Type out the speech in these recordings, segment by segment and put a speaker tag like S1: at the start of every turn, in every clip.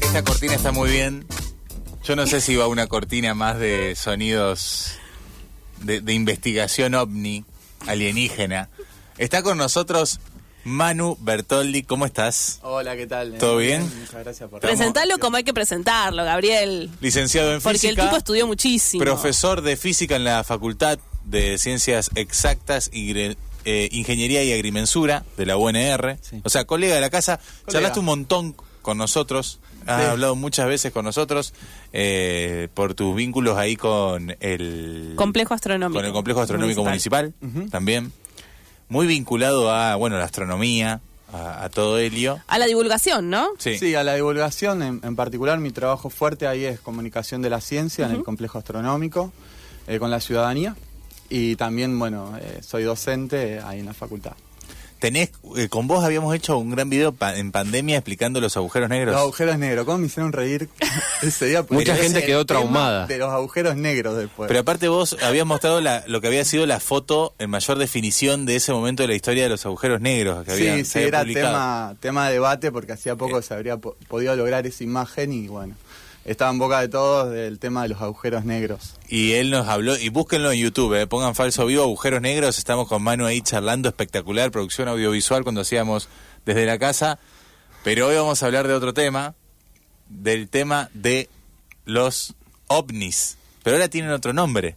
S1: Esta cortina está muy bien. Yo no sé si va una cortina más de sonidos de, de investigación ovni, alienígena. Está con nosotros Manu Bertoldi. ¿Cómo estás?
S2: Hola, ¿qué tal? Eh,
S1: ¿Todo bien?
S2: Muchas gracias por
S1: Estamos-
S3: Presentalo como hay que presentarlo, Gabriel.
S1: Licenciado en
S3: Porque
S1: física.
S3: el tipo estudió muchísimo.
S1: Profesor de física en la Facultad de Ciencias Exactas y Gre- eh, Ingeniería y Agrimensura de la UNR.
S2: Sí.
S1: O sea, colega de la casa,
S2: Colega.
S1: charlaste un montón con nosotros, has
S2: Sí.
S1: hablado muchas veces con nosotros eh, por tus vínculos ahí con el
S3: Complejo astronómico.
S1: con el complejo astronómico municipal, también muy vinculado a bueno la astronomía, a, a todo helio.
S3: A la divulgación, ¿no?
S1: Sí.
S2: Sí, a la divulgación en, en particular, mi trabajo fuerte ahí es comunicación de la ciencia en el complejo astronómico eh, con la ciudadanía y también, bueno, eh, soy docente eh, ahí en la facultad.
S1: Tenés eh, con vos habíamos hecho un gran video pa- en pandemia explicando los agujeros negros.
S2: Los agujeros negros, ¿cómo me hicieron reír ese día? Porque
S4: Mucha
S2: ese
S4: gente
S2: es el
S4: quedó
S2: tema
S4: traumada.
S2: De los agujeros negros después.
S1: Pero aparte vos habías mostrado la- lo que había sido la foto en mayor definición de ese momento de la historia de los agujeros negros que habían
S2: sí,
S1: se
S2: sí,
S1: había
S2: era
S1: publicado.
S2: tema, tema de debate porque hacía poco
S1: Eh.
S2: se habría po- podido lograr esa imagen y, bueno, estaba en boca de todos el tema de los agujeros negros.
S1: Y él nos habló, y búsquenlo en YouTube, eh, pongan falso vivo, agujeros negros, estamos con Manu ahí charlando, espectacular, producción audiovisual cuando hacíamos desde la casa, pero hoy vamos a hablar de otro tema, del tema de los ovnis, pero ahora tienen otro nombre.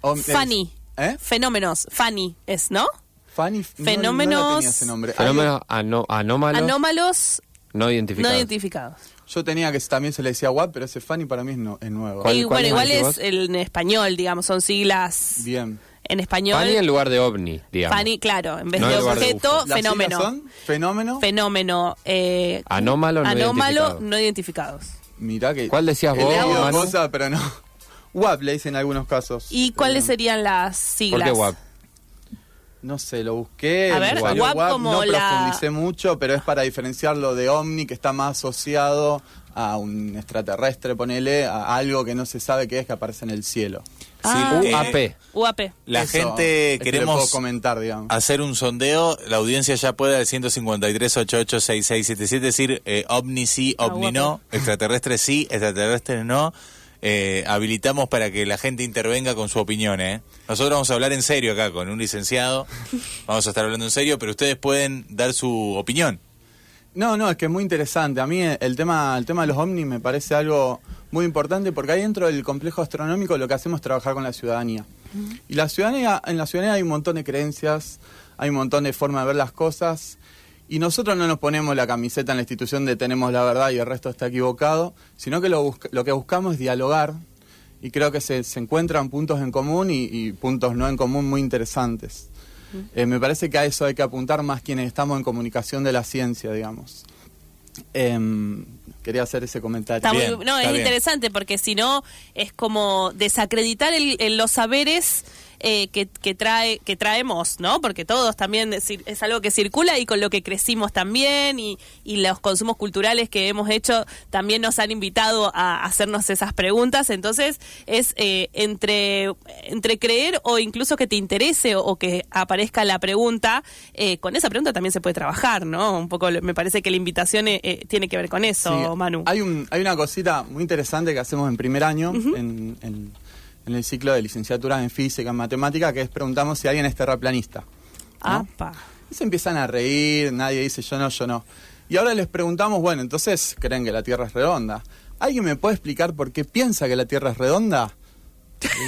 S2: O-
S3: Fanny.
S2: ¿Eh?
S3: Fenómenos. Fanny es, ¿no?
S2: Fanny no-
S3: Fenómenos-
S2: No, la tenía ese nombre.
S4: Fenómenos ano- anómalos
S3: Anómalos
S4: no identificados.
S3: no identificados.
S2: Ahí- yo tenía que también se le decía WAP, pero ese Fanny para mí es, no- es nuevo.
S4: ¿Cuál-
S3: y
S4: cuál
S3: bueno, igual
S4: dijiste
S3: es
S4: vos?
S3: el- en español, digamos, son siglas
S2: Bien.
S3: en español.
S4: Fanny en lugar de ovni, digamos.
S3: Fanny, claro, en vez
S4: No
S3: de
S4: en lugar de
S3: objeto,
S2: Las
S3: fenómeno.
S2: siglas son fenómeno.
S3: Fenómeno. Eh,
S4: Anómalo no
S3: anómalo
S4: identificado.
S3: no identificados.
S2: Mirá que.
S4: ¿Cuál decías
S2: he
S4: vos,
S2: leído
S4: Manu?
S2: cosas, pero no. WAP le dicen en algunos casos.
S3: ¿Y cuáles
S2: Pero
S3: serían las
S4: ¿Por
S3: siglas?
S4: qué guap?
S2: No sé, lo busqué.
S3: A
S2: me
S3: ver,
S2: salió
S3: WAP como
S2: no
S3: la-
S2: profundicé mucho, pero es para diferenciarlo de Omni, que está más asociado a un extraterrestre, ponele, a algo que no se sabe qué es que aparece en el cielo.
S3: Ah.
S1: Sí, eh,
S4: UAP.
S3: UAP.
S1: La
S2: Eso
S1: gente
S2: es que le puedo
S1: queremos...
S2: comentar, digamos.
S1: hacer un sondeo, la audiencia ya puede al 153-88-6677 decir eh, ovni sí,
S3: Ah,
S1: ovni no,
S3: guapo.
S1: extraterrestre sí, extraterrestre no. Eh, habilitamos para que la gente intervenga con su opinión. ¿eh? Nosotros vamos a hablar en serio acá con un licenciado, vamos a estar hablando en serio, pero ustedes pueden dar su opinión.
S2: No, no, es que es muy interesante. A mí eh, el tema, el tema de los ovnis me parece algo muy importante porque ahí dentro del complejo astronómico lo que hacemos es trabajar con la ciudadanía. Y la ciudadanía, en la ciudadanía hay un montón de creencias, hay un montón de formas de ver las cosas. Y nosotros no nos ponemos la camiseta en la institución de tenemos la verdad y el resto está equivocado, sino que lo, busca- lo que buscamos es dialogar y creo que se, se encuentran puntos en común y- y puntos no en común muy interesantes. Eh, me parece que a eso hay que apuntar más quienes estamos en comunicación de la ciencia, digamos. Em, quería hacer ese comentario.
S3: Está muy-
S1: Bien,
S3: no,
S1: está
S3: es
S1: bien.
S3: interesante porque si no es como desacreditar el- el- los saberes eh, que, que trae que traemos, ¿no? Porque todos también es, cir- es algo que circula y con lo que crecimos también y, y los consumos culturales que hemos hecho también nos han invitado a hacernos esas preguntas. Entonces es eh, entre entre creer o incluso que te interese o, o que aparezca la pregunta eh, con esa pregunta también se puede trabajar, ¿no? Un poco lo- me parece que la invitación eh, eh, tiene que ver con eso,
S2: Sí,
S3: Manu.
S2: Hay, un, hay una cosita muy interesante que hacemos en primer año, en, en- en el ciclo de licenciatura en física, en matemática, que es preguntamos si alguien es terraplanista. ¿no?
S3: Apa.
S2: Y se empiezan a reír, nadie dice yo no, yo no. Y ahora les preguntamos, bueno, entonces, ¿creen que la Tierra es redonda? ¿Alguien me puede explicar por qué piensa que la Tierra es redonda?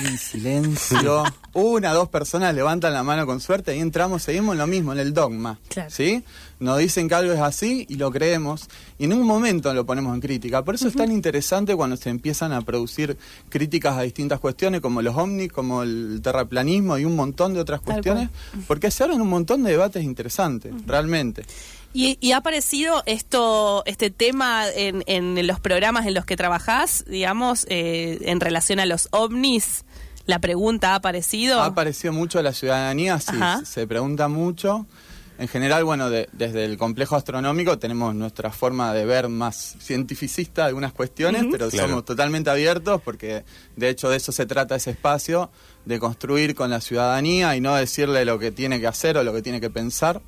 S2: En silencio. Una, dos personas levantan la mano con suerte y entramos, seguimos en lo mismo, en el dogma.
S3: Claro.
S2: ¿Sí? Nos dicen que algo es así y lo creemos. Y en un momento lo ponemos en crítica. Por eso es tan interesante cuando se empiezan a producir críticas a distintas cuestiones, como los ovnis, como el terraplanismo y un montón de otras
S3: Tal
S2: cuestiones, porque se abren un montón de debates interesantes, realmente.
S3: ¿Y, y ha aparecido esto, este tema en, en los programas en los que trabajás, digamos, eh, en relación a los ovnis? ¿La pregunta ha aparecido?
S2: Ha aparecido mucho a la ciudadanía, sí,
S3: Ajá.
S2: se pregunta mucho. En general, bueno, de- desde el complejo astronómico tenemos nuestra forma de ver más cientificista algunas cuestiones, pero
S1: Claro.
S2: somos totalmente abiertos porque de hecho de eso se trata ese espacio, de construir con la ciudadanía y no decirle lo que tiene que hacer o lo que tiene que pensar.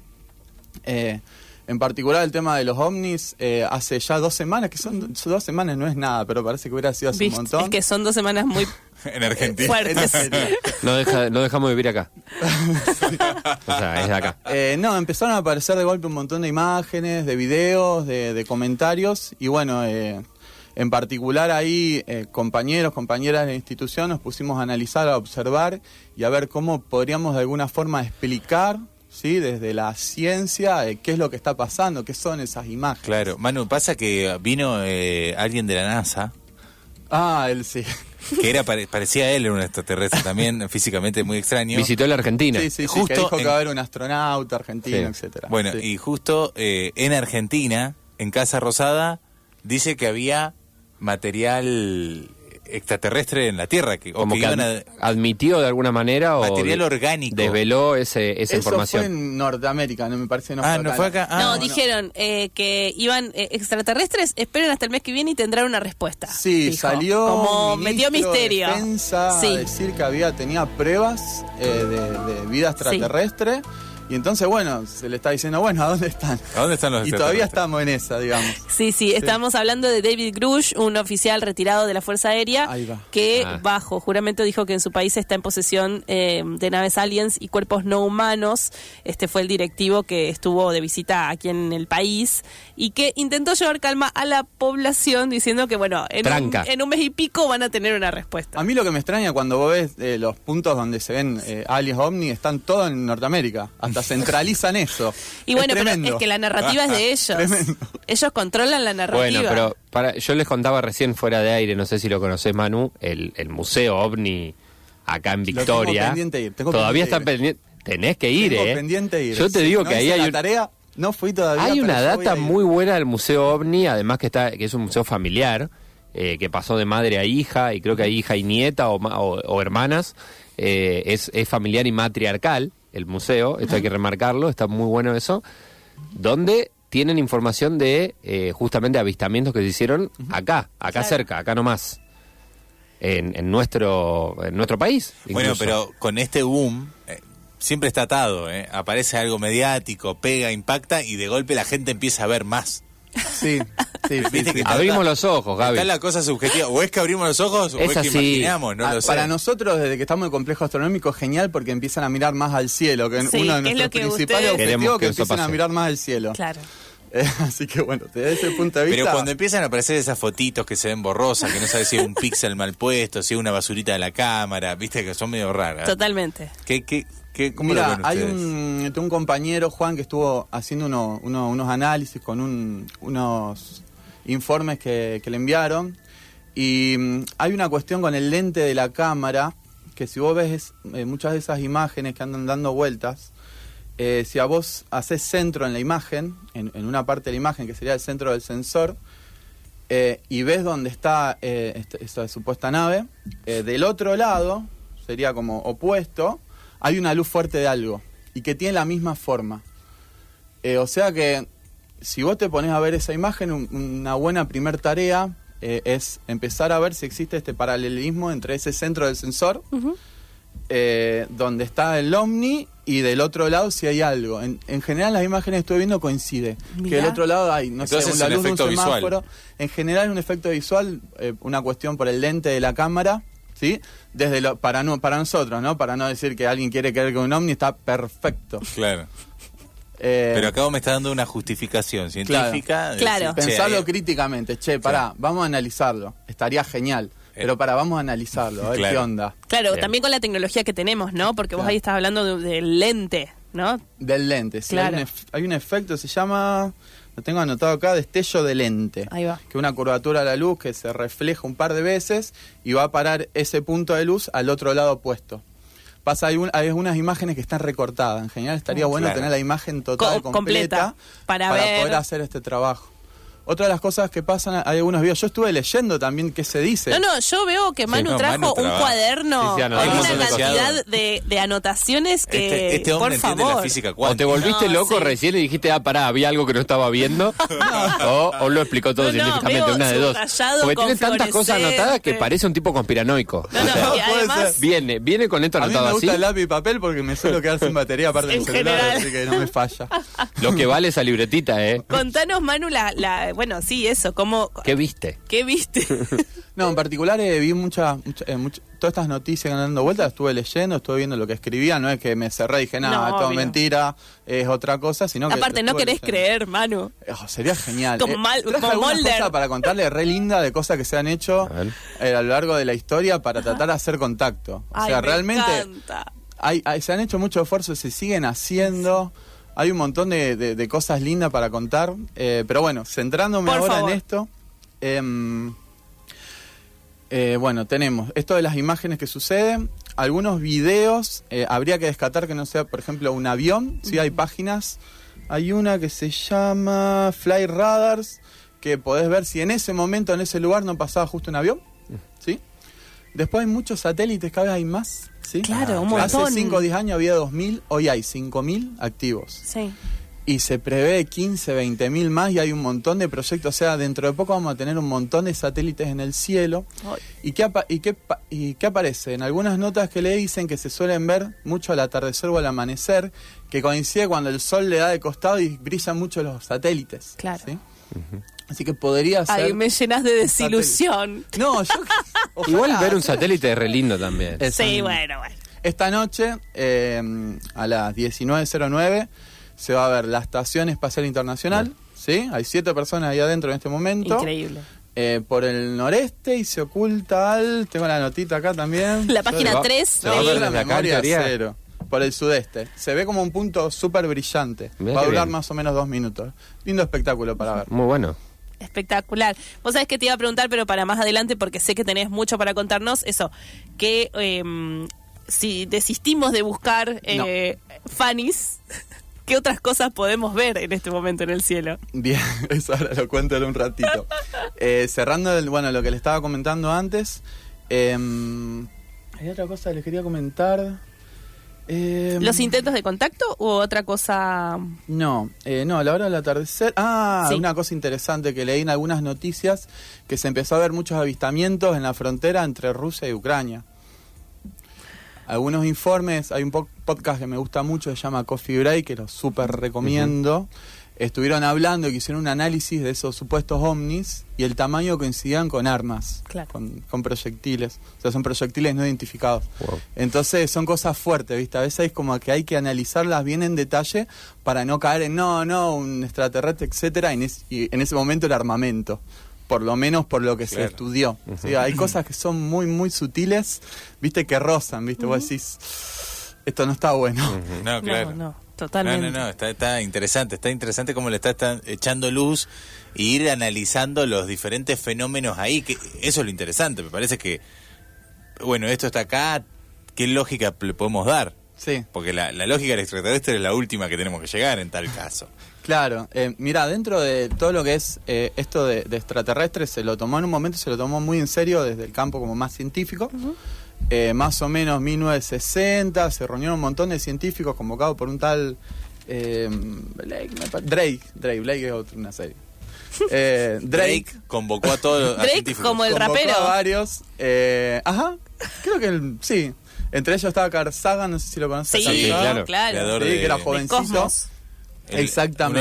S2: Eh, En particular el tema de los ovnis, eh, hace ya dos semanas, que son son dos semanas, no es nada, pero parece que hubiera sido hace
S3: Viste,
S2: un montón.
S3: Es que son dos semanas muy
S1: En
S3: Eh,
S1: Argentina.
S3: fuertes.
S4: No, deja, no dejamos de vivir acá. O sea, es de acá.
S1: Ah.
S2: Eh, no, empezaron a aparecer de golpe un montón de imágenes, de videos, de, de comentarios y bueno, eh, en particular ahí eh, compañeros, compañeras de la institución nos pusimos a analizar, a observar y a ver cómo podríamos de alguna forma explicar, ¿sí? Desde la ciencia, eh, qué es lo que está pasando, qué son esas imágenes.
S1: Claro, Manu, pasa que vino eh, alguien de la NASA,
S2: Ah, él sí.
S1: que era pare- parecía él un extraterrestre también, físicamente muy extraño.
S4: Visitó la Argentina.
S2: Sí, sí, sí,
S1: Justo
S2: que dijo que
S1: en-
S2: va a haber un astronauta argentino,
S4: Sí.
S2: etcétera.
S1: Bueno,
S2: Sí.
S1: y justo eh, en Argentina, en Casa Rosada, dice que había material extraterrestre en la Tierra, que, o
S4: Como
S1: que
S4: que
S1: iban
S4: ad-
S1: a-
S4: admitió de alguna manera o
S1: Material
S4: de-
S1: orgánico.
S4: desveló ese,
S2: Eso
S4: esa información.
S2: fue en Norteamérica, no me parece. No
S1: Ah, ¿no fue acá? Ah,
S3: no,
S1: no.
S3: dijeron eh, que iban eh, extraterrestres, esperen hasta el mes que viene y tendrán una respuesta.
S2: Sí,
S3: dijo.
S2: salió.
S3: Como
S2: un
S3: metió
S2: ministro de
S3: misterio.
S2: Defensa a
S3: Sí.
S2: decir que había, tenía pruebas eh, de, de vida extraterrestre. Y entonces, bueno, se le está diciendo, bueno, ¿a dónde están?
S4: Ah,
S1: ¿A dónde están los
S2: Y todavía
S1: extraterrestres?
S2: estamos en esa, digamos.
S3: Sí, sí, estábamos hablando de David Grush, un oficial retirado de la Fuerza Aérea,
S2: Ahí va.
S3: que
S4: Ah.
S3: bajo juramento dijo que en su país está en posesión eh, de naves aliens y cuerpos no humanos. Este fue el directivo que estuvo de visita aquí en el país y que intentó llevar calma a la población diciendo que, bueno, en, un,
S4: Tranca.
S3: en un mes y pico van a tener una respuesta.
S2: A mí lo que me extraña cuando vos ves eh, los puntos donde se ven eh, aliens ovni están todos en Norteamérica. Hasta centralizan eso.
S3: Y
S2: es
S3: bueno, pero
S2: tremendo.
S3: es que la narrativa es de ellos.
S2: Tremendo.
S3: ellos controlan la narrativa.
S4: Bueno, pero para, yo les contaba recién fuera de aire, no sé si lo conocés Manu, el, el museo OVNI acá en
S2: tengo
S4: Victoria.
S2: pendiente ir, tengo
S4: todavía
S2: pendiente
S4: está pendiente. Tenés que ir,
S2: Tengo
S4: eh.
S2: pendiente ir.
S4: Yo te
S2: Sí,
S4: digo
S2: no
S4: que ahí
S2: hice
S4: hay
S2: la
S4: un-
S2: tarea, no fui todavía.
S4: Hay
S2: pero yo
S4: una
S2: voy
S4: data
S2: a ir.
S4: muy buena del Museo OVNI, además que, está, que es un museo familiar, eh, que pasó de madre a hija, y creo que hay hija y nieta o, ma- o- o hermanas. eh, es, es familiar y matriarcal el museo, esto hay que remarcarlo, está muy bueno eso. Donde tienen información de eh, justamente avistamientos que se hicieron acá, acá cerca, acá nomás. En, en nuestro en nuestro país.
S1: Bueno,
S4: incluso.
S1: pero con este boom eh, siempre está atado, ¿eh? Aparece algo mediático, pega, impacta y de golpe la gente empieza a ver más.
S2: Sí, sí, sí,
S1: Viste
S2: sí.
S1: que está-
S4: Abrimos los ojos, Gaby.
S1: Está la cosa subjetiva. O es que abrimos los ojos o
S4: Es
S1: es, que
S4: así.
S1: imaginamos, no
S2: Ah,
S1: lo sé.
S2: Para nosotros, desde que estamos en el complejo astronómico, genial porque empiezan a mirar más al cielo, que es
S3: Sí,
S2: uno
S3: que
S2: de
S3: es lo
S2: nuestros
S3: que
S2: principales
S3: ustedes-
S4: Queremos
S2: objetivos,
S4: que
S2: que
S4: eso
S2: empiezan a
S4: pase.
S2: mirar más al cielo.
S3: Claro.
S2: Eh, así que bueno, desde ese punto de vista...
S1: Pero cuando empiezan a aparecer esas fotitos que se ven borrosas, que no sabes si es un píxel mal puesto, si es una basurita de la cámara, viste que son medio
S4: Ah.
S1: raras.
S3: Totalmente.
S1: ¿Qué, qué, qué, cómo lo
S2: Mira,
S1: ven
S2: hay
S1: ustedes?
S2: un, tengo un compañero, Juan, que estuvo haciendo uno- uno- unos análisis con un- unos informes que, que le enviaron. Y mm, hay una cuestión con el lente de la cámara, que si vos ves eh, muchas de esas imágenes que andan dando vueltas, eh, si a vos haces centro en la imagen, en, en una parte de la imagen que sería el centro del sensor, eh, y ves dónde está eh, esta, esta supuesta nave, eh, del otro lado, sería como opuesto, hay una luz fuerte de algo y que tiene la misma forma. Eh, o sea que si vos te pones a ver esa imagen, un- una buena primer tarea eh, es empezar a ver si existe este paralelismo entre ese centro del sensor, eh, donde está el ovni, y del otro lado si hay algo. En, en general las imágenes que estoy viendo coincide. Que
S3: Mirá.
S2: del otro lado hay, no
S1: Entonces
S2: sé,
S1: es
S2: la
S1: un
S2: luz de un
S1: efecto visual.
S2: semáforo. En general un efecto visual, eh, una cuestión por el lente de la cámara, ¿sí? Desde lo, para, no, para nosotros, ¿no? Para no decir que alguien quiere creer que un ovni está perfecto.
S1: Claro.
S2: Eh,
S1: Pero acá vos me está dando una justificación científica. de
S3: Claro.
S1: decir, che, eh,
S2: Pensarlo
S1: ahí-
S2: críticamente, che, pará, vamos a analizarlo, estaría genial, pero pará, vamos a analizarlo, a ver qué
S1: Eh, Claro.
S2: onda.
S3: Claro,
S4: Bien.
S3: también con la tecnología que tenemos, ¿no? Porque vos
S2: Claro.
S3: ahí estás hablando de- del lente, ¿no?
S2: Del lente, sí,
S3: Claro.
S2: hay, un ef- hay un efecto, se llama, lo tengo anotado acá, destello de lente.
S3: Ahí va.
S2: Que es una curvatura de la luz que se refleja un par de veces y va a parar ese punto de luz al otro lado opuesto. Pasa, hay, un- hay unas imágenes que están recortadas, en general estaría bueno
S1: Claro.
S2: tener la imagen total,
S3: Ah, Co-
S2: completa,
S3: completa, para ver-
S2: poder hacer este trabajo. Otra de las cosas que pasan, hay algunos videos. Yo estuve leyendo también qué se dice.
S3: No, no, yo veo que Manu
S1: no,
S3: trajo
S1: Manu
S3: un
S1: trabaja.
S3: cuaderno
S4: Sí, sí, anotó.
S3: con
S1: Hay un
S3: una
S1: montón de
S3: cantidad
S1: cosas.
S3: de, de anotaciones que,
S1: este, este
S3: por
S1: hombre entiende
S3: favor.
S1: la física
S4: O te
S1: cuántica.
S4: volviste
S3: No,
S4: loco
S3: sí.
S4: recién y dijiste, ah, pará, había algo que no estaba viendo. o, o lo explicó todo
S3: No, no,
S4: científicamente,
S3: veo
S4: una de dos.
S3: subrayado
S4: Porque
S3: con
S4: tiene tantas cosas
S3: fluorescente.
S4: anotadas que parece un tipo conspiranoico.
S3: No, no,
S4: O sea,
S3: y
S2: puede
S3: además,
S4: viene, viene con esto
S2: A mí me
S4: anotado así.
S2: gusta el lápiz y papel porque me suelo quedar sin batería aparte
S3: En
S2: del celular,
S3: general.
S2: así que no me falla.
S4: Lo que vale esa libretita, ¿eh?
S3: contanos, Manu, la, la- bueno, sí, eso, cómo,
S4: ¿Qué viste?
S3: ¿qué viste?
S2: No, en particular eh, vi muchas, mucha- eh, much- todas estas noticias que andan dando vueltas, estuve leyendo, estuve viendo lo que escribía, no es que me cerré y dije,
S3: No,
S2: nada, es todo
S3: obvio.
S2: mentira, es otra cosa, sino que...
S3: Aparte, no
S2: estuve
S3: querés
S2: leyendo.
S3: creer, Manu.
S2: Oh, sería genial.
S3: Con Mal-
S2: traje
S3: con
S2: algunas
S3: Mulder.
S2: cosas para contarle re linda de cosas que se han hecho
S4: A ver.
S2: eh, a lo largo de la historia para tratar de hacer contacto. O
S3: Ay,
S2: sea,
S3: me
S2: realmente
S3: encanta.
S2: hay- hay- se han hecho muchos esfuerzos, se siguen haciendo. Hay un montón de, de- de cosas lindas para contar. eh, pero bueno, centrándome
S3: Por
S2: ahora
S3: favor.
S2: en esto. em, eh, bueno, tenemos esto de las imágenes que suceden. Algunos videos eh, habría que descartar que no sea, por ejemplo, un avión. Si hay páginas. Hay una que se llama Fly Radars, que podés ver si en ese momento, en ese lugar, no pasaba justo un avión. ¿Sí? Después hay muchos satélites, cada vez hay más. ¿sí?
S3: Claro, un montón.
S2: Hace 5 o 10 años había 2.000, hoy hay 5.000 activos.
S3: Sí.
S2: Y se prevé 15, 20.000 más y hay un montón de proyectos. O sea, dentro de poco vamos a tener un montón de satélites en el cielo.
S3: Ay.
S2: ¿Y qué, apa- y, qué pa- ¿Y qué aparece? En algunas notas que le dicen que se suelen ver mucho al atardecer o al amanecer, que coincide cuando el sol le da de costado y brillan mucho los satélites.
S3: Claro.
S2: ¿sí? Así que podría ser...
S3: Ay, me llenas de desilusión.
S2: No, yo...
S4: Igual
S2: Ojalá.
S4: ver un satélite es re lindo también.
S2: Es
S3: Sí,
S2: un-
S3: bueno, bueno.
S2: Esta noche, eh, a las 19.09, se va a ver la Estación Espacial Internacional. ¿sí? Hay siete personas ahí adentro en este momento.
S3: Increíble.
S2: Eh, por el noreste y se oculta al. Tengo la notita acá también.
S3: La
S2: Yo-
S3: página
S4: va-
S3: 3
S4: se va
S2: Yo
S4: a ver
S2: tengo la
S3: de
S4: desde acá, en
S2: memoria
S4: teoría.
S2: cero. Por el sudeste. Se ve como un punto súper brillante.
S4: Mirá
S2: va a
S4: qué
S2: durar
S4: bien.
S2: más o menos dos minutos. Lindo espectáculo para ver.
S4: Muy bueno.
S3: espectacular. Vos sabés que te iba a preguntar, pero para más adelante, porque sé que tenés mucho para contarnos, eso, que em, si desistimos de buscar eh, Fannys, ¿qué otras cosas podemos ver en este momento en el cielo?
S2: Bien, eso ahora lo cuento en un ratito. Eh, cerrando, el- bueno, lo que le estaba comentando antes. em, hay otra cosa que les quería comentar. Em,
S3: ¿Los intentos de contacto u otra cosa?
S2: No, eh, no, a la hora del atardecer. Ah,
S3: Sí.
S2: una cosa interesante que leí en algunas noticias: que se empezó a ver muchos avistamientos en la frontera entre Rusia y Ucrania. Algunos informes, hay un po- podcast que me gusta mucho, se llama Coffee Break, que lo súper recomiendo. Estuvieron hablando y que hicieron un análisis de esos supuestos ovnis y el tamaño coincidían con armas,
S3: Claro.
S2: con, con proyectiles. O sea, son proyectiles no identificados.
S4: Wow.
S2: Entonces son cosas fuertes, ¿viste? A veces es como que hay que analizarlas bien en detalle para no caer en no, no, un extraterrestre, etcétera, y en, es- y en ese momento el armamento. Por lo menos por lo que se
S1: Claro.
S2: estudió. ¿sí? Hay cosas que son muy, muy sutiles, ¿viste? Que rozan, ¿viste? Vos decís, esto no está bueno.
S1: No, claro.
S3: No, no,
S1: No,
S3: totalmente.
S1: no, no, está, está interesante, está interesante cómo le está, está echando luz y ir analizando los diferentes fenómenos ahí, que eso es lo interesante, me parece que, bueno, esto está acá, ¿qué lógica le podemos dar?
S2: Sí,
S1: Porque la, la lógica del extraterrestre es la última que tenemos que llegar en tal caso.
S2: claro. Eh, mira, dentro de todo lo que es eh, esto de, de extraterrestres, se lo tomó en un momento, se lo tomó muy en serio desde el campo como más científico. Eh, más o menos 1960, se reunieron un montón de científicos convocados por un tal eh, Blake, me pa- Drake, Drake, Blake es otra una serie. Eh, Drake,
S1: convocó a todos los a
S3: Drake
S1: científicos.
S3: como el-
S2: convocó
S3: rapero.
S2: a varios, eh, ajá, creo que el- sí, entre ellos estaba Carl Sagan, no sé si lo conoces.
S3: Sí,
S2: Carl
S1: Sí,
S2: Sagan.
S3: claro.
S4: claro.
S2: Sí,
S1: Creador
S2: que era
S1: de-
S3: De
S2: jovencito.
S3: Cosmos.
S1: El-
S2: exactamente.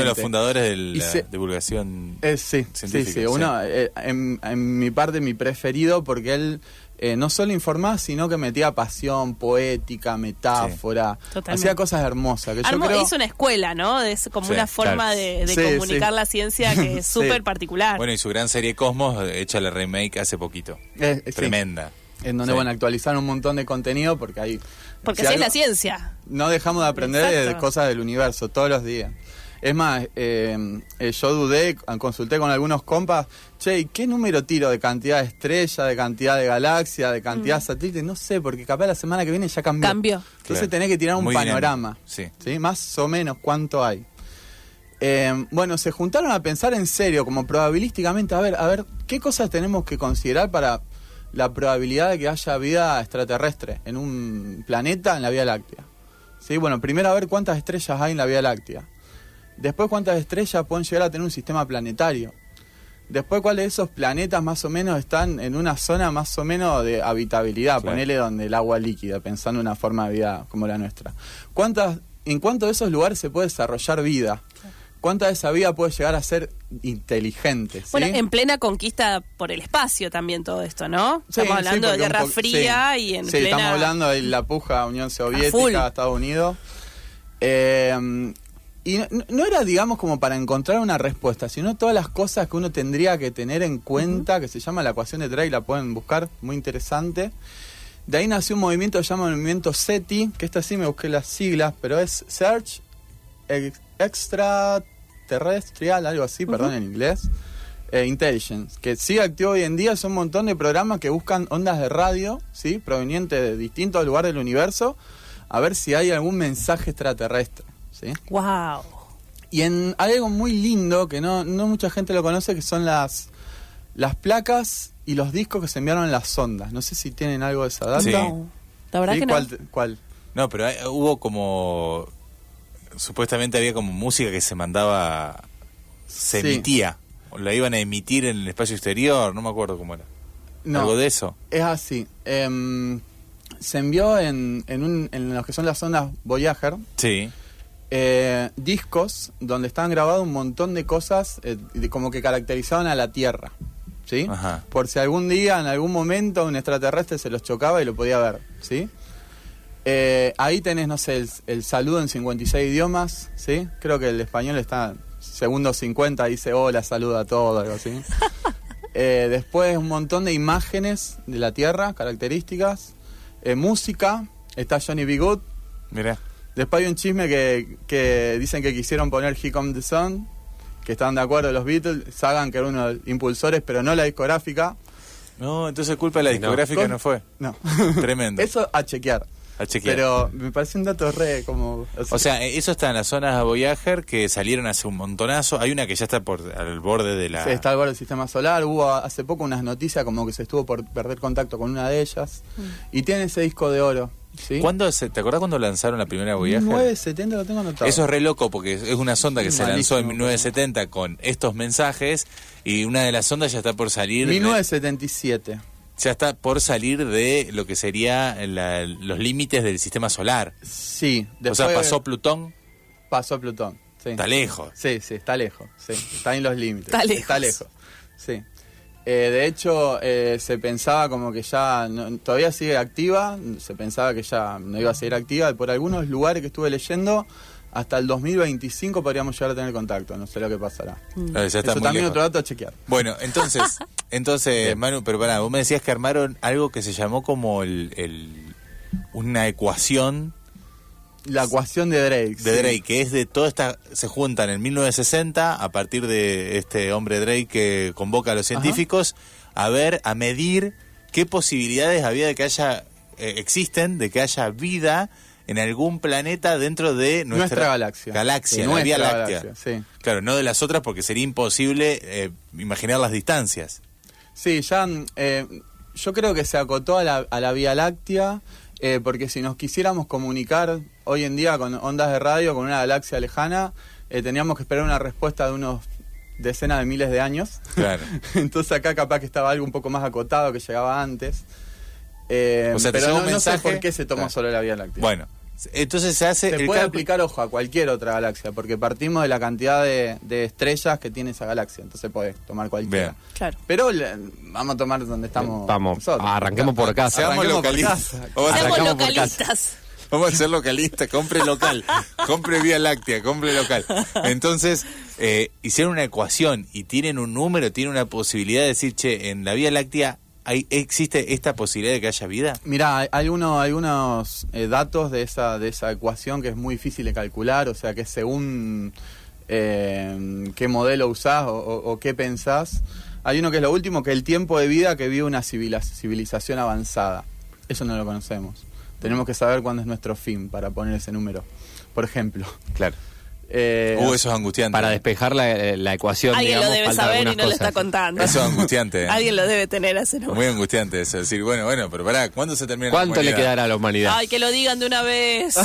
S1: Uno de los fundadores de la
S2: Y se-
S1: divulgación.
S2: Eh, sí, sí,
S1: Científica,
S2: sí.
S1: sí.
S2: Uno, eh, en, en mi parte, mi preferido, porque él eh, no solo informaba, sino que metía pasión, poética, metáfora.
S3: Totalmente.
S2: Hacía cosas hermosas. Que yo
S3: Armo-
S2: creo,
S3: hizo una escuela, ¿no? Es como
S1: Sí,
S3: una forma
S4: claro.
S3: de, de
S2: Sí,
S3: comunicar
S2: sí.
S3: la ciencia que es
S2: Sí.
S3: súper particular.
S1: Bueno, y su gran serie Cosmos, eh, hecha la remake hace poquito.
S2: Eh, eh, sí.
S1: Tremenda.
S2: En donde,
S1: Sí.
S2: bueno, actualizaron un montón de contenido porque ahí...
S3: porque
S2: si
S3: así es la
S2: algo-
S3: ciencia.
S2: No dejamos de aprender de- de
S3: Exacto.
S2: cosas del universo todos los días. Es más, eh, eh, yo dudé, consulté con algunos compas, che, ¿y qué número tiro de cantidad de estrellas, de cantidad de galaxias, de cantidad de satélites? No sé, porque capaz la semana que viene ya cambió.
S3: Mm. Cambió.
S2: Entonces
S1: Claro.
S2: tenés que tirar un
S1: Muy dinámico,
S2: panorama,
S1: sí.
S2: Más o menos cuánto hay. Eh, bueno, se juntaron a pensar en serio, como probabilísticamente, a ver, a ver, ¿qué cosas tenemos que considerar para la probabilidad de que haya vida extraterrestre en un planeta en la Vía Láctea? Sí, bueno, primero a ver cuántas estrellas hay en la Vía Láctea. Después cuántas estrellas pueden llegar a tener un sistema planetario. Después cuáles de esos planetas más o menos están en una zona más o menos de habitabilidad,
S1: Claro.
S2: ponele donde el agua líquida, pensando en una forma de vida como la nuestra. ¿Cuántas, ¿En cuántos de esos lugares se puede desarrollar vida? ¿Cuánta de esa vida puede llegar a ser inteligente? ¿sí?
S3: Bueno, en plena conquista por el espacio también todo esto, ¿no?
S2: Sí,
S3: estamos
S2: sí,
S3: hablando de
S2: porque un
S3: Guerra
S2: po-
S3: Fría
S2: sí.
S3: y en
S2: Sí,
S3: plena...
S2: estamos hablando de la puja Unión
S3: full.
S2: Soviética, Estados Unidos. Eh, y no, no era, digamos, como para encontrar una respuesta, sino todas las cosas que uno tendría que tener en cuenta, que se llama la ecuación de Drake, la pueden buscar, muy interesante. De ahí nació un movimiento que se llama Movimiento SETI, que esta sí me busqué las siglas, pero es Search Ex- Extraterrestrial, algo así, perdón en inglés. eh, Intelligence, que sigue activo hoy en día, son un montón de programas que buscan ondas de radio, ¿sí? provenientes de distintos lugares del universo, a ver si hay algún mensaje extraterrestre. ¿sí?
S3: Wow.
S2: Y en, hay algo muy lindo que no, no mucha gente lo conoce, que son las, las placas y los discos que se enviaron en las sondas. No sé si tienen algo de esa data.
S1: Sí.
S3: No. La verdad
S2: ¿Sí?
S3: que no.
S2: ¿Cuál, te- cuál?
S1: No, pero hay- hubo como. Supuestamente había como música que se mandaba. Se
S2: Sí.
S1: emitía. O la iban a emitir en el espacio exterior, no me acuerdo cómo era.
S2: No,
S1: Algo de eso.
S2: es así. Em, se envió en, en, un, en los que son las sondas Voyager
S1: Sí.
S2: eh, discos donde estaban grabados un montón de cosas eh, de- como que caracterizaban a la Tierra. ¿Sí?
S1: Ajá.
S2: Por si algún día, en algún momento, un extraterrestre se los chocaba y lo podía ver. ¿Sí? Eh, ahí tenés, no sé, el, el saludo en 56 idiomas, ¿sí? Creo que el español está segundo 50, dice hola, saluda a todo, algo así. Eh, después un montón de imágenes de la Tierra, características, eh, música, está Johnny B. Good.
S1: Mirá.
S2: Después hay un chisme que, que dicen que quisieron poner He Come the Sun, que estaban de acuerdo los Beatles, Sagan que era uno de los impulsores, pero no la discográfica.
S1: No, entonces culpa de la discográfica
S2: Con-
S1: no fue.
S2: No.
S1: Tremendo.
S2: Eso a chequear.
S1: A chequear.
S2: Pero me parece un dato re como...
S1: O sea, eh, eso está en las zonas Voyager que salieron hace un montonazo. Hay una que ya está por al borde de la.
S2: Sí, está algo del sistema solar. Hubo hace poco unas noticias como que se estuvo por perder contacto con una de ellas. Y tiene ese disco de oro. ¿sí?
S1: ¿Cuándo se- ¿Te acordás cuando lanzaron la primera Voyager?
S2: 970 lo tengo anotado.
S1: Eso es re loco porque es una sonda que se lanzó en
S2: Malísimo.
S1: 1970 con estos mensajes y una de las sondas ya está por salir. de-
S2: 1977.
S1: ya está por salir de lo que sería la- los límites del sistema solar.
S2: Sí.
S1: o sea,
S2: después
S1: pasó Plutón,
S2: pasó Plutón. Sí.
S1: está lejos.
S2: Sí, sí, está lejos. sí, está en los límites.
S3: Está lejos.
S2: Sí. Eh, de hecho, eh, se pensaba como que ya no- todavía sigue activa. Se pensaba que ya no iba a seguir activa. Por algunos lugares que estuve leyendo, hasta el 2025 podríamos llegar a tener contacto. No sé lo que pasará.
S1: No, ya está
S2: Mm. Eso
S1: muy
S2: también
S1: lejos.
S2: otro dato a chequear.
S1: Bueno, entonces, entonces Manu, pero pará, vos me decías que armaron algo que se llamó como el, el- una ecuación
S2: La ecuación de Drake.
S1: de
S2: sí.
S1: Drake, que es de toda esta, se juntan en 1960 a partir de este hombre Drake que convoca a los científicos a ver, a medir qué posibilidades había de que haya, eh, existen, de que haya vida en algún planeta dentro de nuestra,
S2: Nuestra galaxia.
S1: Galaxia,
S2: De
S1: la Vía
S2: nuestra
S1: Láctea.
S2: galaxia, sí.
S1: Claro, no de las otras porque sería imposible eh, imaginar las distancias.
S2: Sí, ya. mm, eh, yo creo que se acotó a la, a la Vía Láctea, eh, porque si nos quisiéramos comunicar hoy en día con ondas de radio, con una galaxia lejana, eh, teníamos que esperar una respuesta de unos decenas de miles de años.
S1: Claro.
S2: Entonces acá capaz que estaba algo un poco más acotado que llegaba antes. Eh,
S1: O sea, te
S2: pero
S1: llega
S2: no,
S1: un
S2: no sé
S1: mensaje-
S2: por qué se tomó
S1: Claro.
S2: solo la Vía Láctea.
S1: Bueno, entonces se hace.
S2: Se
S1: el
S2: puede
S1: cálculo-
S2: aplicar, ojo, a cualquier otra galaxia, porque partimos de la cantidad de, de estrellas que tiene esa galaxia, entonces podés tomar cualquiera.
S1: Bien.
S3: Claro.
S2: Pero le- vamos a tomar donde estamos.
S4: Vamos,
S2: nosotros.
S4: arranquemos por casa.
S1: Seamos
S2: Arranquemos por
S1: localistas.
S2: casa.
S1: Vamos a
S3: Seamos
S4: arrancamos por
S3: localistas.
S1: Vamos a ser localistas, compre local, compre Vía Láctea, compre local. Entonces, eh, hicieron una ecuación y tienen un número, tienen una posibilidad de decir, che, en la Vía Láctea hay, existe esta posibilidad de que haya vida.
S2: Mirá, hay- hay, uno- hay unos eh, datos de esa, de esa ecuación que es muy difícil de calcular, o sea que según eh, qué modelo usás o, o- o qué pensás, hay uno que es lo último, que el tiempo de vida que vive una civila- civilización avanzada. Eso no lo conocemos. Tenemos que saber cuándo es nuestro fin para poner ese número. Por ejemplo.
S1: Claro.
S2: Eh,
S1: Uh, eso es angustiante.
S4: Para despejar la, eh, la ecuación,
S3: Alguien
S4: digamos,
S3: lo debe
S4: faltan
S3: saber y no
S4: algunas
S3: lo está
S4: cosas.
S3: contando.
S1: Eso es angustiante. ¿eh?
S3: Alguien lo debe tener hace no.
S1: Muy angustiante eso. Decir, bueno, bueno, pero pará, ¿cuándo se termina
S4: ¿Cuánto
S1: la
S4: le
S1: humanidad?
S4: quedará a la humanidad?
S3: Ay, que lo digan de una vez.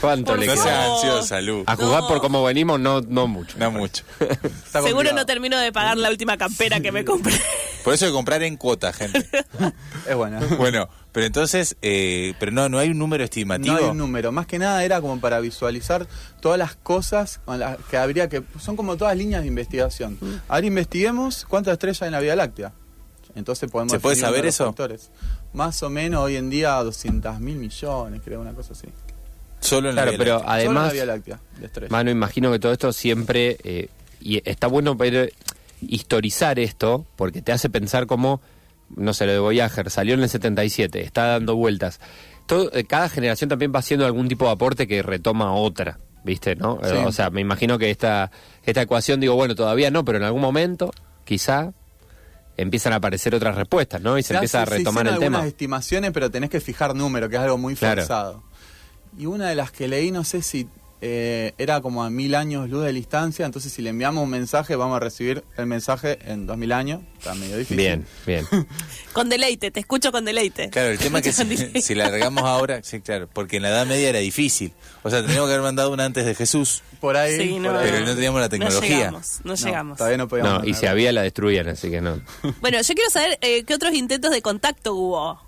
S4: ¿Cuánto
S3: por
S4: le
S1: No
S3: favor.
S4: quedará?
S1: seas ansiosa, Lu.
S4: A jugar
S3: No.
S4: por cómo venimos, no, no mucho.
S1: No mucho.
S2: está
S3: Seguro
S2: complicado.
S3: no termino de pagar la última campera que me compré.
S1: Por eso hay que comprar en cuota, gente.
S2: Es bueno.
S1: Bueno, pero entonces, eh, pero no, no hay un número estimativo.
S2: No hay un número. Más que nada era como para visualizar todas las cosas con las que habría que. Son como todas líneas de investigación.
S1: Mm.
S2: Ahora investiguemos cuántas estrellas hay en la Vía Láctea. Entonces podemos.
S1: ¿Se puede
S2: definir
S1: saber
S2: uno de los
S1: eso?
S2: factores. Más o menos hoy en día 200 mil millones, creo, una cosa así.
S1: Solo
S2: Solo
S1: en la
S4: Claro,
S1: Vía
S4: pero
S1: Láctea.
S2: en
S4: además,
S2: la Vía Láctea de estrellas.
S4: Mano, imagino que todo esto siempre. eh, y está bueno ver, eh, historizar esto, porque te hace pensar como. No sé, lo de Voyager, salió en el 77, está dando vueltas. Todo, eh, cada generación también va haciendo algún tipo de aporte que retoma otra, ¿viste? ¿No? Eh,
S2: Sí.
S4: O sea, me imagino que esta, esta ecuación, digo, bueno, todavía no, pero en algún momento, quizá. Empiezan a aparecer otras respuestas, ¿no? Y se
S2: Ya
S4: empieza a
S2: se- se
S4: retomar
S2: hicieron
S4: el tema.
S2: algunas estimaciones, pero tenés que fijar número, que es algo muy
S4: Claro.
S2: forzado. Y una de las que leí, no sé si eh, era como a mil años luz de distancia, entonces si le enviamos un mensaje, vamos a recibir el mensaje en dos mil años. Está medio difícil.
S4: Bien, bien.
S3: Con deleite, te escucho con deleite.
S1: Claro, el tema es que si, si largamos ahora, sí, claro, porque en la Edad Media era difícil. O sea, teníamos que haber mandado una antes de Jesús,
S2: Por ahí.
S3: Sí,
S2: por ahí.
S1: pero no teníamos la
S3: No
S1: tecnología.
S3: llegamos, no,
S2: No,
S3: llegamos.
S2: Todavía no podíamos.
S4: No, y
S2: mandar.
S4: si había la destruían, así que no.
S3: Bueno, yo quiero saber eh, qué otros intentos de contacto hubo.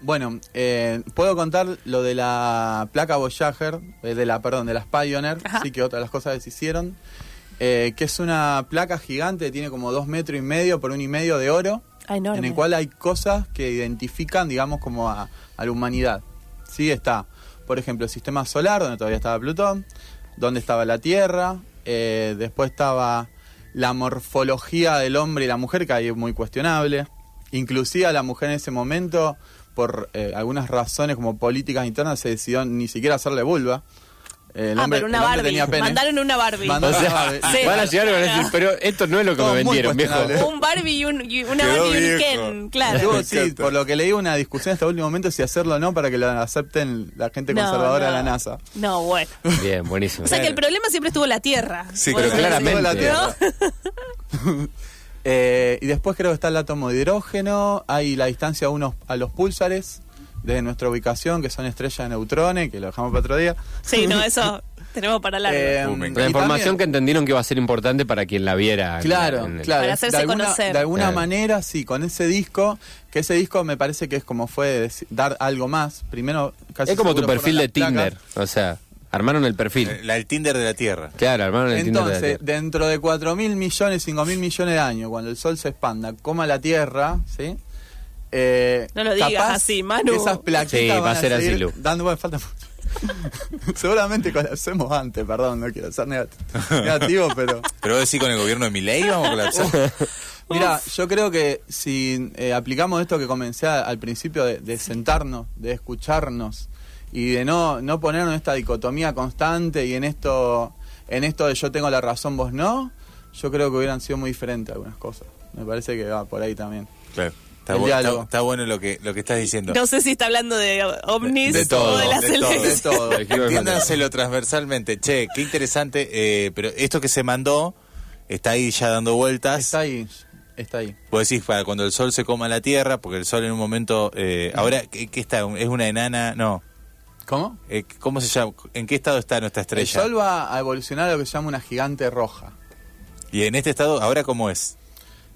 S2: Bueno, eh, puedo contar lo de la placa Voyager, eh, de la, perdón, de las Pioneer,
S3: Ajá.
S2: sí que otras las cosas que se hicieron, eh, que es una placa gigante, tiene como dos metros y medio por un y medio de oro,
S3: Ah, enorme.
S2: en el cual hay cosas que identifican, digamos, como a, a la humanidad. Sí, está, por ejemplo, el sistema solar, donde todavía estaba Plutón, donde estaba la Tierra, eh, después estaba la morfología del hombre y la mujer, que ahí es muy cuestionable. Inclusive a la mujer en ese momento, por eh, algunas razones como políticas internas, se decidió ni siquiera hacerle vulva. Eh, el
S3: ah,
S2: hombre-
S3: pero una
S2: el hombre
S3: Barbie.
S2: tenía pene.
S3: Mandaron una Barbie.
S4: O
S2: Mandaron-
S4: sea,
S3: Sí.
S4: van a llegar y van a decir, pero esto no es lo que
S2: Todo
S4: me
S2: muy
S4: vendieron, viejo.
S2: cuestionable.
S3: Un Barbie y, un, y una
S1: Quedó
S3: Barbie y un
S1: viejo.
S3: Ken, claro.
S2: Hubo,
S1: Me
S2: sí,
S1: encanta.
S2: por lo que leí una discusión hasta el último momento si hacerlo o no para que lo acepten la gente
S3: No,
S2: conservadora
S3: no.
S2: de la NASA.
S3: No, bueno.
S4: Bien, buenísimo.
S3: O sea que el problema siempre estuvo la Tierra.
S1: Sí,
S3: Bueno,
S1: pero
S2: Todo
S4: claramente.
S2: la
S3: ¿no?
S2: Tierra. Eh, y después creo que está el átomo de hidrógeno, hay la distancia a, unos, a los púlsares desde nuestra ubicación, que son estrellas de neutrones, que lo dejamos para otro día.
S3: Sí, no, eso tenemos para largo.
S2: Eh,
S1: Uh, me encanta.
S2: y
S4: la información
S2: también-
S4: que entendieron que iba a ser importante para quien la viera. en-
S2: Claro,
S4: en el-
S2: claro.
S3: Para
S2: de-
S3: hacerse
S2: de alguna,
S3: conocer.
S2: De alguna
S4: Claro.
S2: manera, sí, con ese disco, que ese disco me parece que es como fue de deci- dar algo más. Primero, casi
S4: Es como tu
S2: seguro fueron
S4: perfil de
S2: las placas.
S4: Tinder. O sea, armaron el
S1: Eh,
S4: perfil.
S1: La, el Tinder de la Tierra.
S4: Claro, armaron el Tinder. de la
S2: Entonces,
S4: Tierra.
S2: dentro de 4.000 millones, 5.000 millones de años, cuando el Sol se expanda, coma la Tierra, ¿sí? Eh,
S3: No lo digas
S2: capaz
S3: así, Manu.
S2: que Esas plaquitas
S4: Sí, va
S2: van
S4: a ser así,
S2: seguir
S4: Lu.
S2: Dando, bueno, falta mucho. Seguramente colapsemos antes, perdón, no quiero ser negat- negativo, pero...
S1: Pero vos decís con el gobierno de Milei vamos a colapsar.
S2: Mira, yo creo que si eh, aplicamos esto que comencé a- al principio de, de sentarnos, de escucharnos y de no, no ponernos en esta dicotomía constante y en esto, en esto de yo tengo la razón, vos no, yo creo que hubieran sido muy diferentes algunas cosas. Me parece que va por ahí también.
S1: Claro. Está,
S2: El
S1: bu-
S2: diálogo.
S1: está- está bueno lo que, lo que estás diciendo.
S3: No sé si está hablando de ovnis
S1: De todo,
S3: o de la
S1: de todo.
S3: celeste.
S2: De todo.
S1: Entiéndanselo transversalmente. Che, qué interesante. eh, pero esto que se mandó está ahí ya dando vueltas.
S2: Está ahí, está ahí.
S1: Vos decís para cuando el sol se coma la tierra, porque el sol en un momento. eh, ahora, ¿qué, qué está? ¿Es una enana? No.
S2: ¿Cómo?
S1: Eh, ¿Cómo se llama? ¿En qué estado está nuestra
S2: El
S1: estrella?
S2: sol va a evolucionar a lo que se llama una gigante roja.
S1: Y en este estado, ¿ahora cómo es?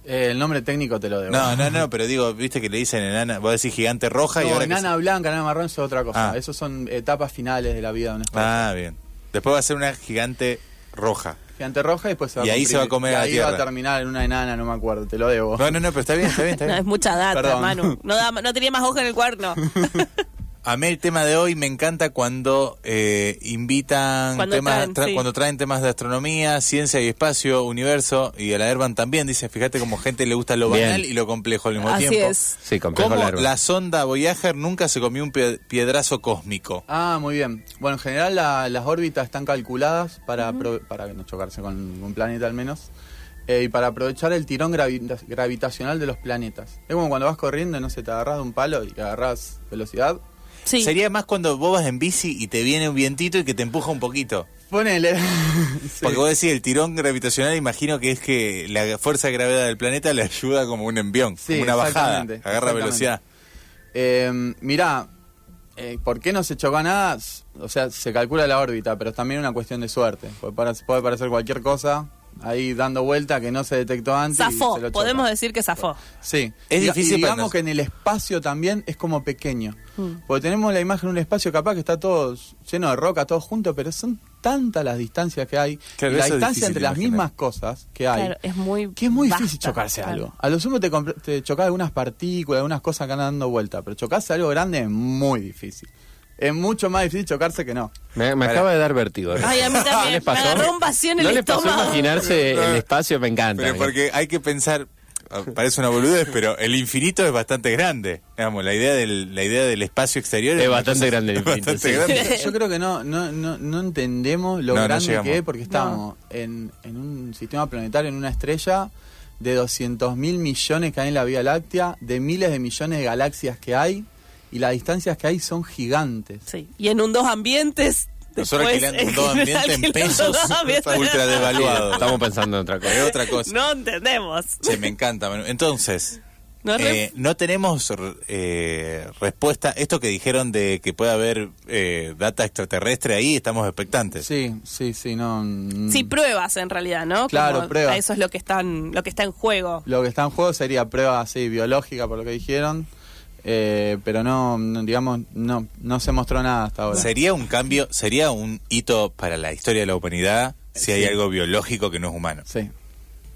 S2: Eh, el nombre técnico te lo debo.
S1: No, no, no, pero digo, viste que le dicen enana. Vos decís gigante roja y
S2: No,
S1: ahora. que
S2: nana blanca, nana marrón, eso es otra cosa.
S1: Ah.
S2: Esas son etapas finales de la vida de una
S1: se- Ah, bien. Después va a ser una gigante roja.
S2: Gigante roja y después se va
S1: Y
S2: a
S1: ahí
S2: cumplir.
S1: se va a comer
S2: Y
S1: a la
S2: ahí va
S1: tierra.
S2: a terminar en una enana, no me acuerdo, te lo
S4: Oh.
S2: debo.
S1: No, no, no, pero está bien, está bien, está
S3: No,
S1: bien.
S3: es mucha data,
S2: Perdón.
S3: Manu. No, da- no tenía más hoja en el cuerno.
S1: Amé el tema de hoy, me encanta cuando eh, invitan
S3: Cuando
S1: temas,
S3: traen,
S1: tra-
S3: sí.
S1: cuando traen temas de astronomía, ciencia y espacio, universo, y a la Erban también dice, fíjate cómo gente le gusta lo
S4: Bien.
S1: banal y lo complejo al mismo
S3: Así
S1: tiempo.
S3: es.
S4: Sí, complejo
S1: ¿Cómo
S4: largo.
S1: la sonda Voyager nunca se comió un pie- piedrazo cósmico?
S2: Ah, muy bien. Bueno, en general la- las órbitas están calculadas para, apro- para no chocarse con un planeta al menos. eh, y para aprovechar el tirón gravita- gravitacional de los planetas. Es como cuando vas corriendo, no sé, te agarras de un palo y agarras velocidad.
S3: Sí.
S1: Sería más cuando vos vas en bici y te viene un vientito y que te empuja un poquito.
S2: Ponele.
S1: Porque vos decís, el tirón gravitacional, imagino que es que la fuerza de gravedad del planeta le ayuda como un envión,
S2: Sí,
S1: como una bajada,
S2: exactamente,
S1: agarra
S2: exactamente.
S1: velocidad.
S2: Eh, mirá, eh, ¿por qué no se chocó nada? S- O sea, se calcula la órbita, pero es también una cuestión de suerte. Puede, para- puede parecer cualquier cosa ahí dando vuelta que no se detectó antes. y
S3: Zafó,
S2: se lo choca.
S3: podemos decir que zafó.
S2: Sí.
S1: Es
S2: Y-
S1: difícil
S2: y
S1: para
S2: digamos
S1: nos-
S2: que en el espacio también es como pequeño.
S3: Mm.
S2: Porque tenemos la imagen de un espacio capaz que está todo lleno de roca, todo junto, pero son tantas las distancias que hay.
S1: Claro,
S2: y la
S1: eso es
S2: distancia
S1: difícil
S2: entre
S1: de
S2: las
S1: imaginar.
S2: mismas cosas que hay.
S3: Claro, es muy
S2: Que es muy
S3: vasta,
S2: difícil chocarse
S3: claro.
S2: algo. A lo sumo te, compre- te chocás algunas partículas, algunas cosas que andan dando vuelta, pero chocarse algo grande es muy difícil. Es mucho más difícil chocarse que no.
S4: Me, me acaba de dar vértigo.
S3: Ay, a mí también.
S4: ¿No les
S3: Me
S4: pasó?
S3: agarró un vacío en
S4: ¿No
S3: el
S4: les pasó
S3: estómago.
S4: imaginarse
S1: No.
S4: el espacio? Me encanta.
S1: Pero porque hay que pensar, ah, parece una boludez, pero el infinito es bastante grande. Digamos, la idea del, la idea del espacio exterior
S4: Es bastante
S1: cosa-
S4: grande el infinito,
S1: bastante
S4: sí.
S1: grande.
S2: Yo creo que no, no, no, no entendemos lo
S1: No, no
S2: grande
S1: llegamos.
S2: que es porque estamos en, en un sistema planetario, en una estrella de 200 mil millones que hay en la Vía Láctea, de miles de millones de galaxias que hay, y las distancias que hay son gigantes.
S3: Sí. Y en un dos ambientes.
S1: Nosotros
S3: después,
S1: alquilando un dos ambientes en
S3: alquilando
S1: pesos,
S3: dos ambientes.
S1: ultra devaluado.
S4: Estamos pensando en otra
S1: Es
S4: cosa.
S1: otra cosa.
S3: No entendemos.
S1: Che, me encanta. Manu. Entonces,
S3: No es re-
S1: eh, no tenemos r- eh, respuesta. Esto que dijeron de que puede haber eh, data extraterrestre ahí, estamos expectantes.
S2: Sí, sí, sí, no. mm.
S3: Sí, pruebas en realidad, ¿no?
S2: Claro,
S3: Como
S2: pruebas.
S3: Eso es lo que, están, lo que está en juego.
S2: Lo que está en juego sería prueba así biológica, por lo que dijeron, eh, pero no, no, digamos, no, no se mostró nada hasta ahora.
S1: Sería un cambio, sería un hito para la historia de la humanidad si hay
S2: Sí.
S1: algo biológico que no es humano.
S2: Sí,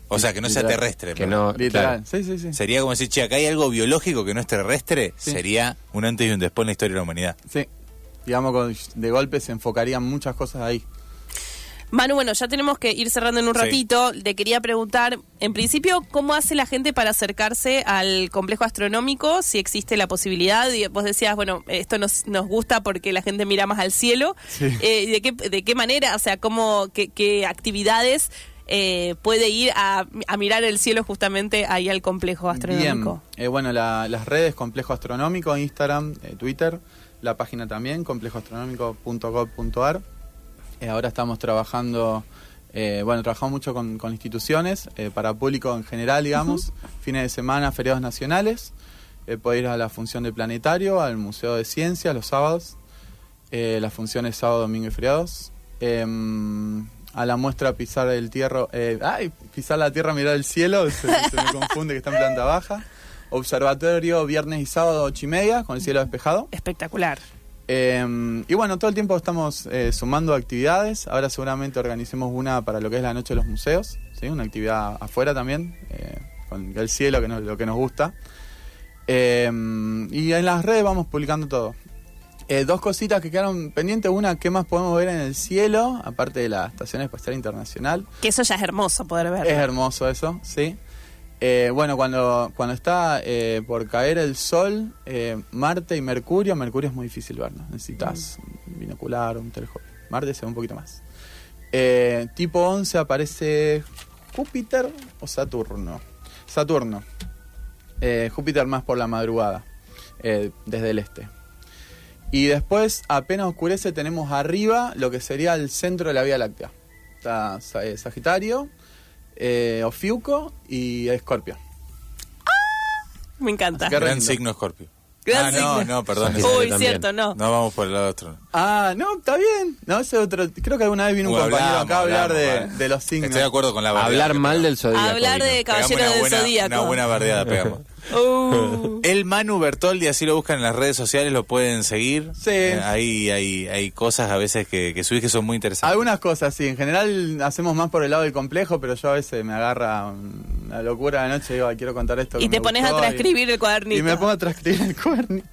S1: O sea, que no sea
S2: Literal.
S1: terrestre.
S4: Que
S1: pero-
S4: no,
S2: literal. Sí, sí, sí.
S1: Sería como decir, che, acá hay algo biológico que no es terrestre.
S2: Sí.
S1: Sería un antes y un después en la historia de la humanidad.
S2: Sí. Digamos, con- de golpe se enfocarían muchas cosas ahí.
S3: Manu, bueno, ya tenemos que ir cerrando en un
S1: Sí.
S3: ratito. Te quería preguntar, en principio, ¿cómo hace la gente para acercarse al complejo astronómico? Si existe la posibilidad, y vos decías, bueno, esto nos, nos gusta porque la gente mira más al cielo. Eh, ¿de, qué, ¿De qué manera? O sea, ¿cómo, qué, qué actividades eh, puede ir a, a mirar el cielo justamente ahí al complejo astronómico?
S2: Bien. Eh, bueno, la- las redes Complejo Astronómico, Instagram, eh, Twitter, la página también, complejoastronómico.gov.ar. Eh, ahora estamos trabajando, eh, bueno, trabajamos mucho con, con instituciones, eh, para público en general, digamos, fines de semana, feriados nacionales. Eh, puede ir a la función de planetario, al Museo de Ciencias los sábados. Eh, las funciones sábado, domingo y feriados. Em, a la muestra pisar el tierra, ay, pisar la tierra, mirar el cielo, se, se me confunde que está en planta baja. Observatorio viernes y sábado ocho y media con el cielo despejado.
S3: Espectacular.
S2: Em, y bueno, todo el tiempo estamos eh, sumando actividades. Ahora seguramente organicemos una para lo que es la noche de los museos, ¿sí? una actividad afuera también, eh, con el cielo, que nos, lo que nos gusta. Em, y en las redes vamos publicando todo. Eh, dos cositas que quedaron pendientes. Una, ¿qué más podemos ver en el cielo? Aparte de la Estación Espacial Internacional.
S3: Que eso ya es hermoso poder verlo.
S2: Es hermoso eso, sí. Eh, bueno, cuando, cuando está eh, por caer el sol, eh, Marte y Mercurio, Mercurio es muy difícil verlo. Necesitas un binocular, un telescopio. Marte se ve un poquito más. Eh, tipo 11 aparece Júpiter o Saturno. Saturno. Eh, Júpiter más por la madrugada, eh, desde el este. Y después, apenas oscurece, tenemos arriba lo que sería el centro de la Vía Láctea. Está Sa- eh, Sagitario, eh, Ofiuco y Escorpio.
S3: Me encanta.
S2: Así Qué
S1: Gran
S2: lindo.
S1: signo Escorpio.
S3: Gran
S1: ah,
S3: signo.
S1: no, no, perdón.
S4: Sagitario.
S3: Uy,
S4: también.
S3: cierto, no.
S1: No vamos por el lado otro.
S2: Ah, no, está bien. No, ese otro. Creo que alguna vez vino un
S1: Uy,
S2: compañero
S1: hablamos,
S2: acá a hablar
S1: hablamos,
S2: de,
S1: vale.
S2: de los signos.
S1: Estoy de acuerdo con la bardeada
S4: Hablar
S1: que
S4: mal
S1: pegamos.
S4: del zodíaco.
S3: Hablar
S4: vino.
S3: de
S1: Pegamos
S3: Caballero
S1: una
S3: del
S1: buena-
S3: Zodíaco.
S1: Una buena bardeada pegamos.
S3: Uh.
S1: El Manu Bertoldi, así lo buscan en las redes sociales, lo pueden seguir.
S2: Sí.
S1: Eh, hay, hay, hay cosas a veces que, que subís que son muy interesantes.
S2: Algunas cosas, sí. En general hacemos más por el lado del complejo, pero yo a veces me agarra una locura de noche y digo, "Ay, quiero contar esto. que
S3: Y te
S2: me
S3: pones a
S2: gustó", y-
S3: transcribir el cuadernito.
S2: Y me pongo a transcribir el cuadernito.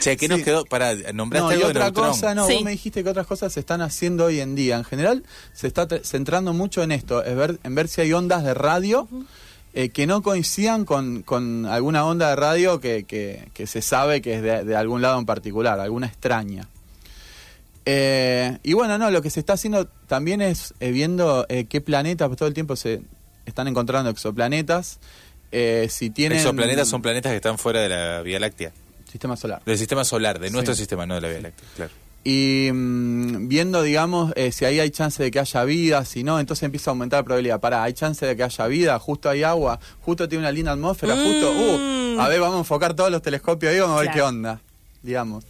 S1: Che, ¿qué
S2: Sí.
S1: nos quedó? Para, nombraste
S2: No, y
S1: algo de
S2: otra
S1: Neutrón.
S2: cosa, no,
S3: Sí.
S2: vos me dijiste que otras cosas se están haciendo hoy en día. En general, se está tra- centrando mucho en esto, es ver, en ver si hay ondas de radio eh, que no coincidan con, con alguna onda de radio que, que- que se sabe que es de, de algún lado en particular, alguna extraña. Eh, y bueno, no, lo que se está haciendo también es eh, viendo eh, qué planetas, pues, todo el tiempo se están encontrando exoplanetas. eh, si tienen
S1: Exoplanetas son planetas que están fuera de la Vía Láctea.
S2: sistema solar.
S1: Del sistema solar, de nuestro
S2: Sí.
S1: sistema, no de la Vía Láctea, claro.
S2: y mm, viendo, digamos, eh, si ahí hay chance de que haya vida, si no, entonces empieza a aumentar la probabilidad. Pará, hay chance de que haya vida, justo hay agua, justo tiene una linda atmósfera, justo,
S3: Mm.
S2: uh, a ver, vamos a enfocar todos los telescopios ahí, vamos a ver
S3: Claro.
S2: qué onda, digamos.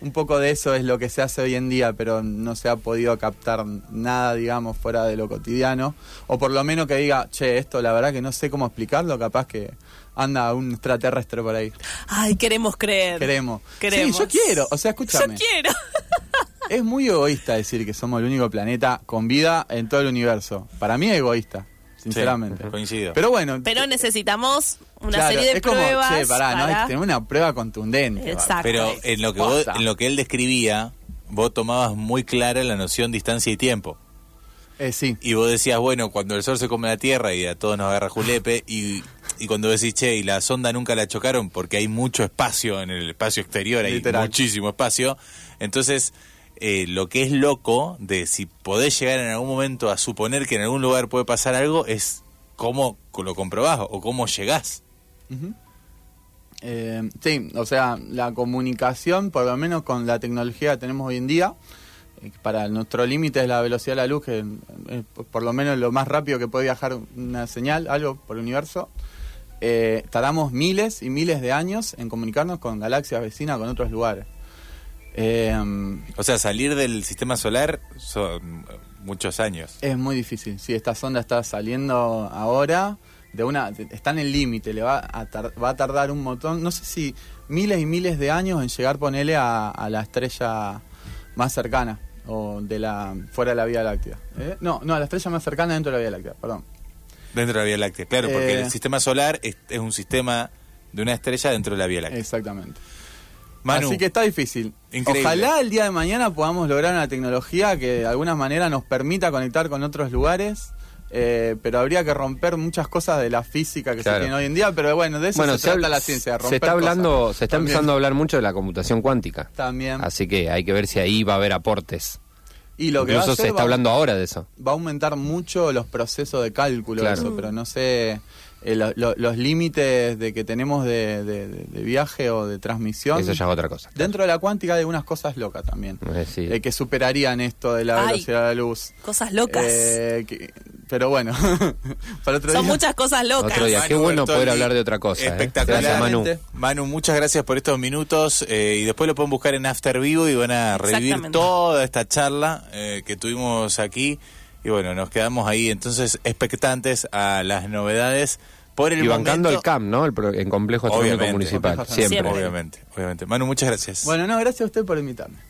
S2: Un poco de eso es lo que se hace hoy en día, pero no se ha podido captar nada, digamos, fuera de lo cotidiano. O por lo menos que diga, che, esto la verdad que no sé cómo explicarlo, capaz que anda un extraterrestre por ahí.
S3: Ay, queremos creer.
S2: Queremos.
S3: Queremos.
S2: Sí, yo quiero, o sea, escúchame.
S3: Yo quiero.
S2: Es muy egoísta decir que somos el único planeta con vida en todo el universo. Para mí es egoísta, sinceramente.
S1: Sí, coincido.
S2: Pero bueno,
S3: Pero necesitamos una
S2: claro,
S3: serie de
S2: es como,
S3: pruebas.
S2: che, pará, ¿no? Este,
S3: para-
S2: Hay que tener una prueba contundente.
S3: Exacto.
S1: Pero en lo que vos-
S2: Posta.
S1: en lo que él describía, vos tomabas muy clara la noción distancia y tiempo.
S2: Eh, sí.
S1: Y vos decías, bueno, cuando el sol se come la tierra y a todos nos agarra Julepe, y, y cuando decís, che, y la sonda nunca la chocaron porque hay mucho espacio en el espacio exterior, hay
S2: Literal.
S1: muchísimo espacio. Entonces, eh, lo que es loco de si podés llegar en algún momento a suponer que en algún lugar puede pasar algo es cómo lo comprobás o cómo llegás.
S2: Eh, sí, o sea, la comunicación, por lo menos con la tecnología que tenemos hoy en día, eh, para nuestro límite es la velocidad de la luz, que es por lo menos lo más rápido que puede viajar una señal, algo por el universo. Eh, tardamos miles y miles de años en comunicarnos con galaxias vecinas, con otros lugares. Eh,
S1: O sea, salir del sistema solar son eh, muchos años.
S2: Es muy difícil. Sí, esta sonda está saliendo ahora. De una, está en el límite, le va a, tar- va a tardar un montón, no sé si miles y miles de años en llegar, ponele, a, a la estrella más cercana, o de la fuera de la Vía Láctea. ¿Eh? No, no, a la estrella más cercana dentro de la Vía Láctea, perdón.
S1: Dentro de la Vía Láctea, claro, porque
S2: Eh.
S1: el sistema solar es, es un sistema de una estrella dentro de la Vía Láctea.
S2: Exactamente.
S1: Manu,
S2: Así que está difícil.
S1: Increíble.
S2: Ojalá el día de mañana podamos lograr una tecnología que de alguna manera nos permita conectar con otros lugares. eh, pero habría que romper muchas cosas de la física que
S4: Claro.
S2: se tiene hoy en día. Pero bueno, de eso
S4: Bueno,
S2: se,
S4: se,
S2: trata
S4: habla-
S2: la ciencia. de
S4: se
S2: romper
S4: está hablando,
S2: cosas.
S4: se está
S2: También.
S4: empezando a hablar mucho de la computación cuántica.
S2: También.
S4: Así que hay que ver si ahí va a haber aportes.
S2: Y lo que va a
S4: Incluso
S2: hacer
S4: se está
S2: va-
S4: hablando ahora de eso.
S2: va a aumentar mucho los procesos de cálculo,
S4: Claro.
S2: eso, pero no sé eh, lo- lo- los límites de que tenemos de, de- de- de viaje o de transmisión.
S4: Eso ya es otra cosa.
S2: Dentro de la cuántica hay algunas cosas locas también,
S4: Eh, sí.
S2: eh, que superarían esto de la
S3: Ay.
S2: velocidad de la luz.
S3: Cosas locas.
S2: Eh, que- pero bueno, para otro
S3: Son
S2: día.
S3: muchas cosas locas.
S4: Otro día. Qué bueno
S1: Bertoldi,
S4: poder hablar de otra cosa, ¿eh?
S1: Espectacular.
S4: Gracias, Manu.
S1: Manu, muchas gracias por estos minutos. eh, y después lo pueden buscar en After Vivo y van a revivir
S3: Exactamente.
S1: toda esta charla eh, que tuvimos aquí. Y bueno, nos quedamos ahí entonces expectantes a las novedades. Por el
S4: Y bancando el
S1: momento-
S4: CAM, ¿no? El pro- en Complejo Astronómico
S1: Obviamente.
S4: Municipal.
S2: Complejo
S4: Siempre.
S3: Siempre.
S1: Obviamente, obviamente. Manu, muchas gracias.
S2: Bueno, no, gracias a usted por invitarme.